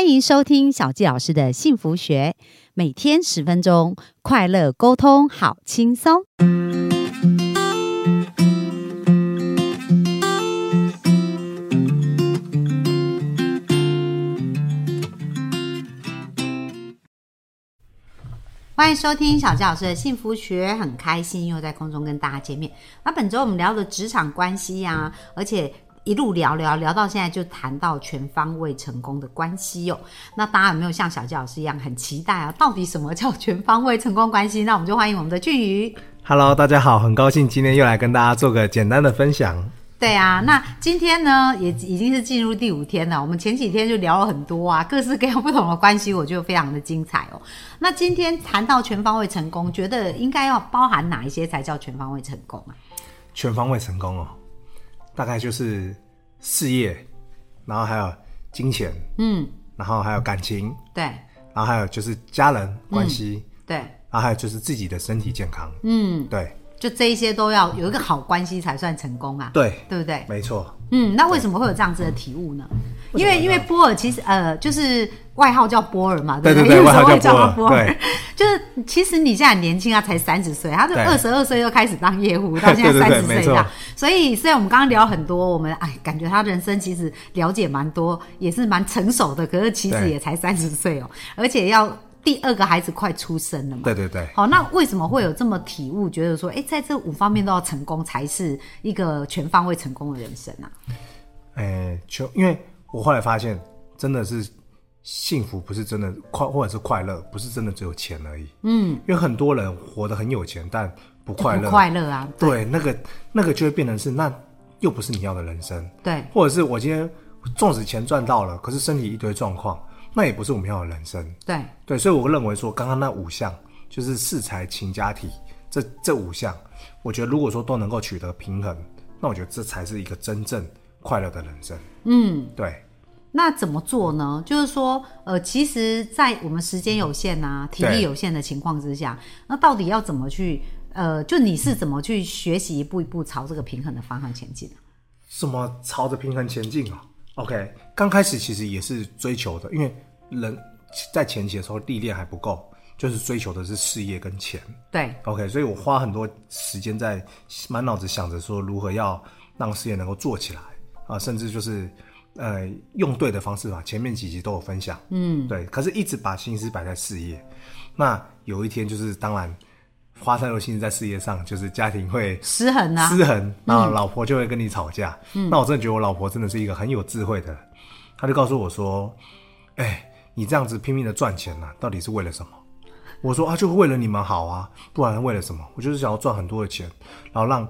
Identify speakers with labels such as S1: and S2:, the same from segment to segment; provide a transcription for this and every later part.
S1: 欢迎收听小纪老师的幸福学，每天十分钟，快乐沟通，好轻松。欢迎收听小纪老师的幸福学，很开心又在空中跟大家见面。那本周我们聊的职场关系呀、而且。一路聊聊聊到现在，就谈到全方位成功的关系哦。那大家有没有像小纪老师一样很期待啊？到底什么叫全方位成功关系？那我们就欢迎我们的俊宇。
S2: Hello，大家好，很高兴今天又来跟大家做个简单的分享。
S1: 对啊，那今天呢也已经是进入第五天了。我们前几天就聊了很多啊，各式各样不同的关系，我觉得非常的精彩哦。那今天谈到全方位成功，觉得应该要包含哪一些才叫全方位成功啊？
S2: 全方位成功哦，大概就是事业，然后还有金钱，
S1: 嗯，
S2: 然后还有感情，
S1: 对
S2: 然后还有就是家人关系，
S1: 对，
S2: 然后还有就是自己的身体健康。
S1: 嗯，
S2: 对
S1: 就这一些都要有一个好关系才算成功啊，
S2: 对，
S1: 对不对？
S2: 没错，
S1: 嗯，那为什么会有这样子的体悟呢？因为
S2: 为什么会
S1: 因为波尔其实呃，就是外号叫波尔嘛，
S2: 对
S1: 不
S2: 对
S1: 对？
S2: 对，
S1: 为
S2: 外
S1: 什么
S2: 号
S1: 会
S2: 叫
S1: 他
S2: 波尔，对，
S1: 就是其实你现在很年轻啊，才三十岁，他就
S2: 对
S1: 二十二岁就开始当业务，到现在
S2: 对对
S1: 三
S2: 对
S1: 十岁
S2: 没
S1: 这
S2: 错
S1: 样。所以虽然我们刚刚聊很多，我们哎感觉他人生其实了解蛮多，也是蛮成熟的，可是其实
S2: 对
S1: 也才三十岁哦，而且要第二个孩子快出生了嘛。
S2: 对对对。
S1: 好，那为什么会有这么体悟，觉得说，哎、在这五方面都要成功，才是一个全方位成功的人生啊？
S2: 哎，就因为我后来发现，真的是幸福不是真的快，或者是快乐，不是真的只有钱而已。嗯，因为很多人活得很有钱，但不快
S1: 不
S2: 乐。
S1: 快乐啊，
S2: 对，那个那个就会变成是那又不是你要的人生，
S1: 对
S2: 或者是我今天纵使钱赚到了，可是身体一堆状况，那也不是我们要的人生。
S1: 对
S2: 对，所以我认为说，刚刚那五项就是适才、勤、家、体这这五项，我觉得如果说都能够取得平衡，那我觉得这才是一个真正快乐的人生。嗯，对，
S1: 那怎么做呢？就是说，呃，其实，在我们时间有限啊、体力
S2: 对
S1: 有限的情况之下，那到底要怎么去？呃，就你是怎么去学习一步一步朝这个平衡的方向前进的？啊
S2: 什么朝着平衡前进啊？OK，刚开始其实也是追求的，因为人在前期的时候历练还不够，就是追求的是事业跟钱。
S1: 对
S2: OK，所以我花很多时间在满脑子想着说如何要让事业能够做起来啊，甚至就是呃用对的方式吧。前面几集都有分享，嗯，对，可是一直把心思摆在事业。那有一天就是当然花太多心思在事业上，就是家庭会
S1: 失衡啊，
S2: 失衡，然后老婆就会跟你吵架。那我真的觉得我老婆真的是一个很有智慧的人，她就告诉我说：“哎、你这样子拼命的赚钱呐、啊到底是为了什么？”我说：“啊，就为了你们好啊，不然为了什么？我就是想要赚很多的钱，然后让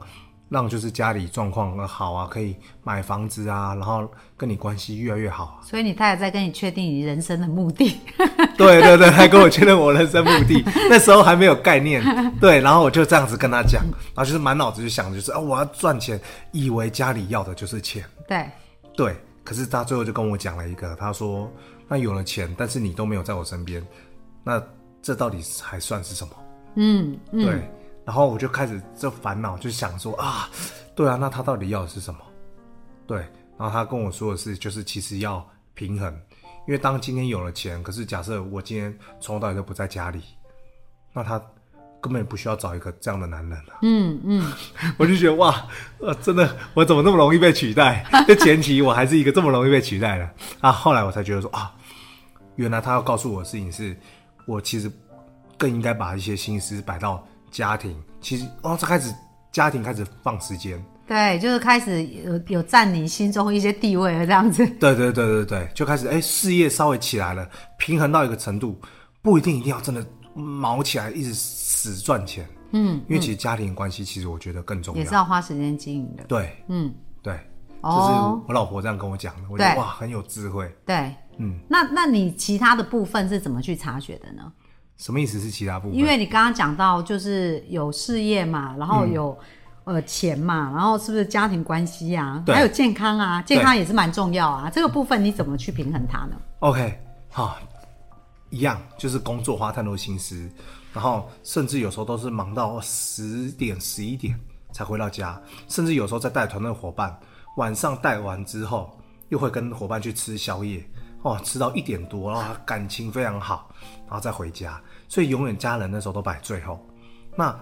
S2: 让就是家里状况呃好啊，可以买房子啊，然后跟你关系越来越好啊。”
S1: 所以你太太在跟你确定你人生的目的。
S2: 对对对，他跟我确认我人生目的， 那时候还没有概念。对，然后我就这样子跟他讲，然后就是满脑子就想着就是啊、我要赚钱，以为家里要的就是钱。
S1: 对，
S2: 对，可是他最后就跟我讲了一个，他说：“那有了钱，但是你都没有在我身边，那这到底还算是什么？”
S1: 嗯嗯，
S2: 对，然后我就开始就烦恼，就想说啊，对啊，那他到底要的是什么？对，然后他跟我说的是，就是其实要平衡，因为当今天有了钱，可是假设我今天从头到尾都不在家里，那他根本不需要找一个这样的男人啊。
S1: 嗯嗯，
S2: 我就觉得哇，呃，真的，我怎么那么容易被取 代？就前期我还是一个这么容易被取代的啊，后来我才觉得说啊，原来他要告诉我的事情是，我其实更应该把一些心思摆到家庭。其实哦，这开始家庭开始放时间，
S1: 对，就是开始有有占你心中一些地位了，这样子。
S2: 对对对对对，就开始哎，事业稍微起来了，平衡到一个程度，不一定一定要真的毛起来一直死赚钱，嗯，因为其实家庭关系其实我觉得更重
S1: 也
S2: 要
S1: 是，要花时间经营的。
S2: 对
S1: 嗯，
S2: 对。这是
S1: 哦，
S2: 我老婆这样跟我讲的，我觉得
S1: 对
S2: 哇很有智慧。
S1: 对，
S2: 嗯，
S1: 那那你其他的部分是怎么去察觉的呢？
S2: 什么意思是其他部分？
S1: 因为你刚刚讲到，就是有事业嘛，然后有、
S2: 嗯
S1: 呃钱嘛，然后是不是家庭关系啊，
S2: 对
S1: 还有健康啊，健康也是蛮重要啊。这个部分你怎么去平衡它呢？
S2: OK 好，一样就是工作花太多心思，然后甚至有时候都是忙到十点十一点才回到家，甚至有时候在带团队伙伴，晚上带完之后又会跟伙伴去吃宵夜，哦，吃到一点多，然后感情非常好，然后再回家，所以永远家人那时候都摆最后。那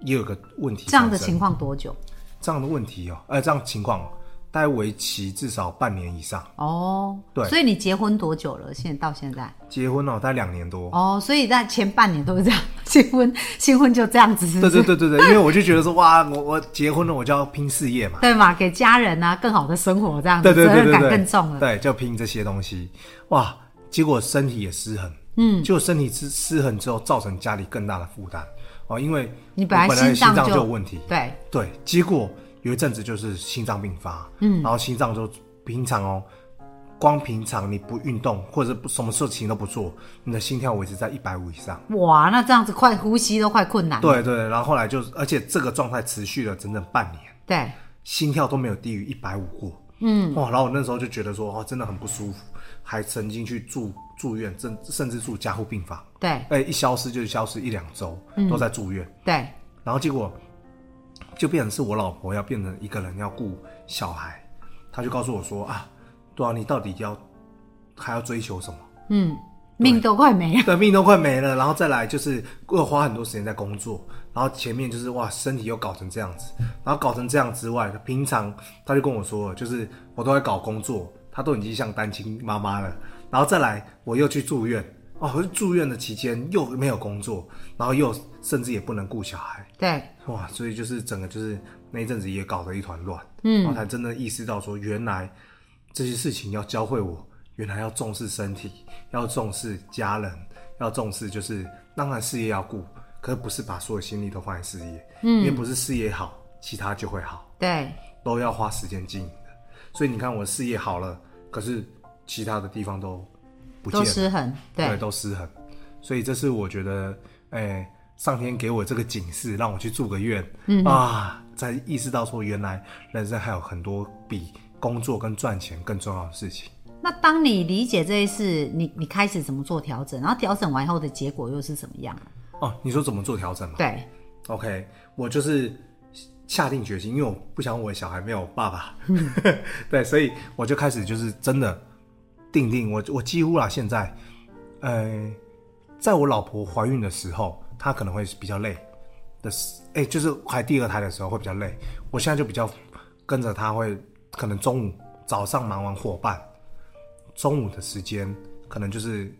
S2: 也有个问题，
S1: 这样的情，况多久？
S2: 这样的问题哦，呃，这样情况、哦，大概为期至少半年以上。
S1: 哦，
S2: 对
S1: 所以你结婚多久了？现在到现在
S2: 结婚哦，大概两年多。
S1: 哦，所以在前半年都是这样， 新婚新婚就这样子，是不
S2: 对
S1: 是
S2: 对对对对， 因为我就觉得说，哇，我我结婚了，我就要拼事业嘛。
S1: 对嘛？给家人啊更好的生活，这样子
S2: 对对
S1: 责
S2: 对
S1: 任
S2: 对
S1: 感
S2: 对，
S1: 更重了。
S2: 对，就拼这些东西，哇，结果身体也失衡，嗯，结果身体失失衡之后，造成家里更大的负担哦，因为
S1: 你
S2: 我本
S1: 本来心
S2: 心
S1: 脏
S2: 脏
S1: 就
S2: 有问题，
S1: 对，
S2: 对，结果有一阵子就是心脏病发，嗯，然后心脏就平常哦，光平常你不运动或者不什么事情都不做，你的心跳维持在一百五以上，
S1: 哇，那这样子快呼吸都快困难了。
S2: 对对，然后后来就是，而且这个状态持续了整整半年。
S1: 对，
S2: 心跳都没有低于一百五过。嗯，哇，然后我那时候就觉得说，哦，真的很不舒服，还曾经去住住院，甚甚至住加护病房，
S1: 对，
S2: 哎、一消失就消失一两周，都在住院，
S1: 对，
S2: 然后结果就变成是我老婆要变成一个人要顾小孩，她就告诉我说啊，对啊，你到底要还要追求什么？
S1: 命都快没了。
S2: 对，命都快没了，然后再来就是又花很多时间在工作，然后前面就是哇，身体又搞成这样子，然后搞成这样之外，平常他就跟我说，就是我都在搞工作，他都已经像单亲妈妈了，然后再来我又去住院，哦，住院的期间又没有工作，然后又甚至也不能顾小孩，
S1: 对，
S2: 哇，所以就是整个就是那一阵子也搞得一团乱，嗯，然后才真的意识到说，原来这些事情要教会我，原来要重视身体，要重视家人，要重视就是当然事业要顾，可是不是把所有心力都放在事业，嗯，因为不是事业好，其他就会好，
S1: 对，
S2: 都要花时间经营的。所以你看我的事业好了，可是其他的地方都不见
S1: 都
S2: 了。
S1: 失衡。对，
S2: 都失衡。所以这是我觉得，哎、上天给我这个警示，让我去住个院、啊，才意识到说，原来人生还有很多比工作跟赚钱更重要的事情。
S1: 那当你理解这一事，你你开始怎么做调整？然后调整完以后的结果又是怎么样？
S2: 哦，你说怎么做调整嘛
S1: 对，
S2: ？OK，我就是下定决心，因为我不想我的小孩没有爸爸， 对，所以我就开始就是真的定定，我我几乎啦现在，呃，在我老婆怀孕的时候，她可能会比较累的时，哎、就是怀第二胎的时候会比较累。我现在就比较跟着她会，可能中午早上忙完伙伴，中午的时间可能就是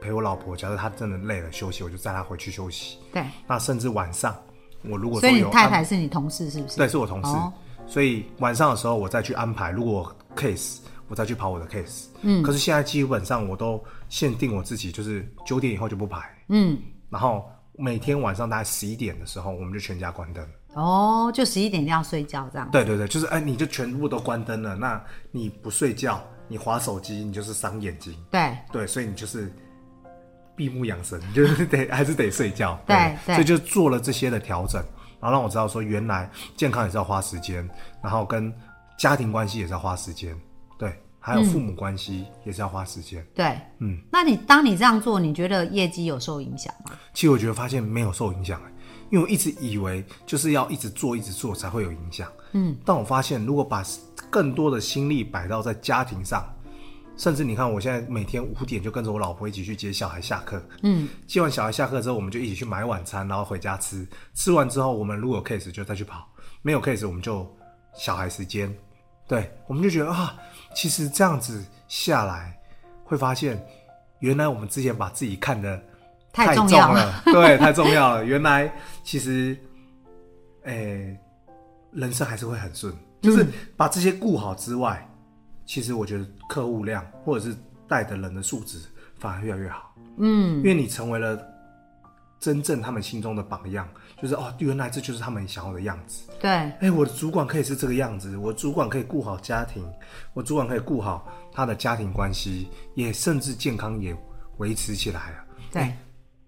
S2: 陪我老婆。假设她真的累了休息，我就载她回去休息。
S1: 对。
S2: 那甚至晚上，我如果
S1: 所
S2: 说
S1: 以你
S2: 有
S1: 太
S2: 安
S1: 太是你同事是不是？
S2: 对，是我同事，
S1: 哦
S2: 所以晚上的时候我再去安排，如果我 case 我再去跑我的 case。嗯，可是现在基本上我都限定我自己，就是九点以后就不排。
S1: 嗯，
S2: 然后每天晚上大概十一点的时候，我们就全家关灯。
S1: 哦，就十一点一定要睡觉这样。
S2: 对对对，就是哎，你就全部都关灯了。那你不睡觉，你划手机，你就是伤眼睛。
S1: 对，
S2: 对，所以你就是闭目养神，你 就是得还是得睡觉。
S1: 对对
S2: 所以就做了这些的调整，然后让我知道说，原来健康也是要花时间，然后跟家庭关系也是要花时间，对，还有父母关系也是要花时间。
S1: 对，
S2: 嗯。
S1: 那你当你这样做，你觉得业绩有受影响吗？
S2: 其实我觉得发现没有受影响、欸，因为我一直以为就是要一直做一直做才会有影响。嗯，但我发现如果把更多的心力摆到在家庭上，甚至你看我现在每天五点就跟着我老婆一起去接小孩下课，嗯，接完小孩下课之后，我们就一起去买晚餐，然后回家吃。吃完之后，我们如果有 case 就再去跑，没有 case 我们就小孩时间。对，我们就觉得啊，其实这样子下来，会发现原来我们之前把自己看的
S1: 太重
S2: 重
S1: 要
S2: 了，对，太重要了。原来其实，诶、人生还是会很顺，就是把这些顾好之外，其实我觉得客户量或者是带的人的素质反而越来越好。嗯，因为你成为了真正他们心中的榜样，就是哦，原来这就是他们想要的样子。
S1: 对，
S2: 哎、我的主管可以是这个样子，我主管可以顾好家庭，我主管可以顾好他的家庭关系，也甚至健康也维持起来了。
S1: 对，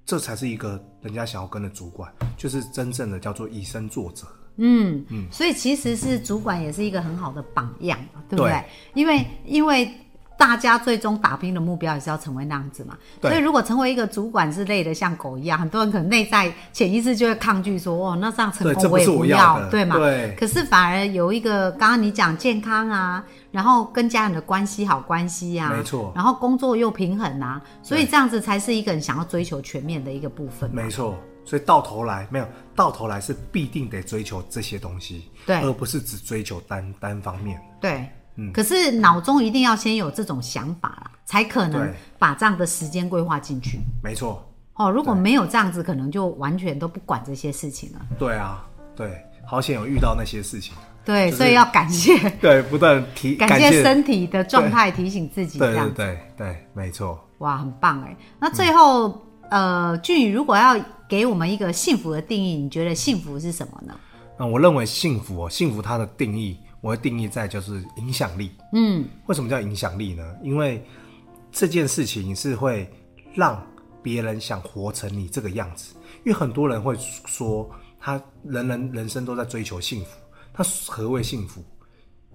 S2: 这才是一个人家想要跟的主管，就是真正的叫做以身作则。
S1: 嗯，所以其实是主管也是一个很好的榜样，对不对？
S2: 对
S1: 因为因为大家最终打拼的目标也是要成为那样子嘛。
S2: 对
S1: 所以如果成为一个主管之类的，像狗一样，很多人可能内在潜意识就会抗拒说，哦，那这样成
S2: 对
S1: 功
S2: 这不
S1: 我也
S2: 是我要
S1: 要，
S2: 的
S1: 对嘛？
S2: 对
S1: 可是反而有一个，刚刚你讲健康啊，然后跟家人的关系好关系啊，
S2: 没错
S1: 然后工作又平衡啊，所以这样子才是一个人想要追求全面的一个部分嘛。
S2: 没错，所以到头来没有，到头来是必定得追求这些东西，
S1: 对
S2: 而不是只追求单单方面。
S1: 对，
S2: 嗯
S1: 可是脑中一定要先有这种想法啦，才可能
S2: 对
S1: 把这样的时间规划进去。
S2: 没错，
S1: 哦，如果没有这样子，可能就完全都不管这些事情了。
S2: 对啊，对，好险有遇到那些事情，
S1: 对，
S2: 就是
S1: 所以要感谢
S2: 对，不断提
S1: 感谢身体的状态提醒自己，
S2: 对嗯
S1: 这样
S2: 对对对，没错。
S1: 哇，很棒哎。那最后，呃，俊宇如果要给我们一个幸福的定义，你觉得幸福是什么呢？
S2: 那我认为幸福哦，幸福它的定义，我的定义在就是影响力。
S1: 嗯，
S2: 为什么叫影响力呢？因为这件事情是会让别人想活成你这个样子。因为很多人会说，他人人人生都在追求幸福。他何谓幸福？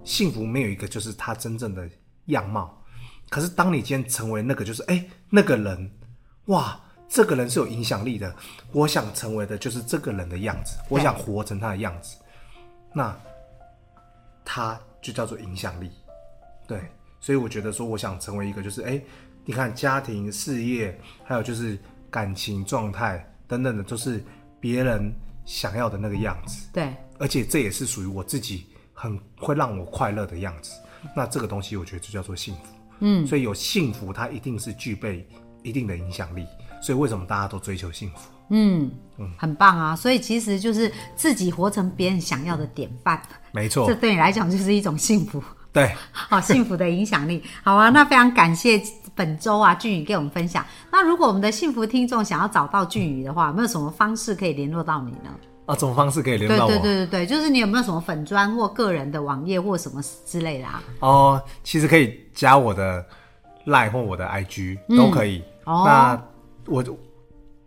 S2: 幸福没有一个就是他真正的样貌。可是当你今天成为那个，就是哎、诶那个人，哇，这个人是有影响力的。我想成为的就是这个人的样子，我想活成他的样子。那它就叫做影响力。对，所以我觉得说，我想成为一个就是，哎、你看家庭、事业，还有就是感情状态等等的，都是别人想要的那个样子，
S1: 对，
S2: 而且这也是属于我自己很会让我快乐的样子。那这个东西，我觉得就叫做幸福。嗯，所以有幸福，它一定是具备一定的影响力。所以为什么大家都追求幸福？
S1: 嗯，很棒啊。所以其实就是自己活成别人想要的典范，
S2: 没错
S1: 这，对你来讲就是一种幸福。
S2: 对，
S1: 好，啊幸福的影响力。好啊，那非常感谢本周啊俊宇给我们分享。那如果我们的幸福听众想要找到俊宇的话，有没有什么方式可以联络到你呢？
S2: 啊，什么方式可以联
S1: 对
S2: 络到我？
S1: 对对对对，就是你有没有什么粉砖或个人的网页或什么之类的啊？
S2: 哦，其实可以加我的 line 或我的 IG、都可以。
S1: 哦
S2: 那我就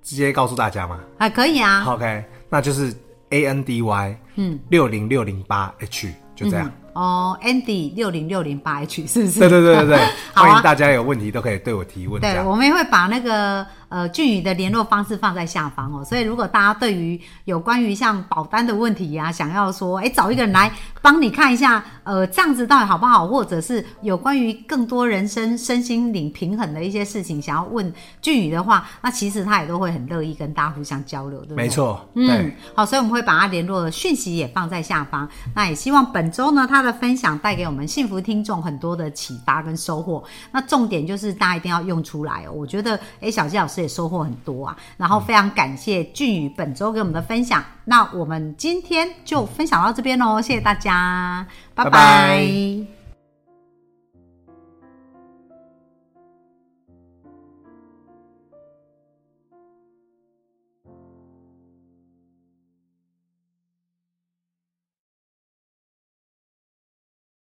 S2: 直接告诉大家嘛、
S1: 还可以啊。
S2: o k 那就是 A N D Y，嗯，六零六零八 H，就这样。
S1: 哦，Andy 六零六零八 H 是不是？
S2: 对对对对对，
S1: 好啊
S2: 欢迎大家有问题都可以对我提问。这
S1: 对，
S2: 样
S1: 我们也会把那个呃俊宇的联络方式放在下方哦，所以如果大家对于有关于像保单的问题呀、想要说，哎，找一个人来帮你看一下，呃，这样子到底好不好，或者是有关于更多人生身心灵平衡的一些事情，想要问俊宇的话，那其实他也都会很乐意跟大家互相交流，对不对？
S2: 没错，
S1: 嗯
S2: 对，，
S1: 好，所以我们会把他联络的讯息也放在下方。那也希望本周呢，他的分享带给我们幸福听众很多的启发跟收获。那重点就是大家一定要用出来哦。我觉得，哎，小鸡老师也收获很多啊。然后非常感谢俊宇本周给我们的分享。哦那我们今天就分享到这边喽，谢谢大家，拜
S2: 拜拜
S1: 拜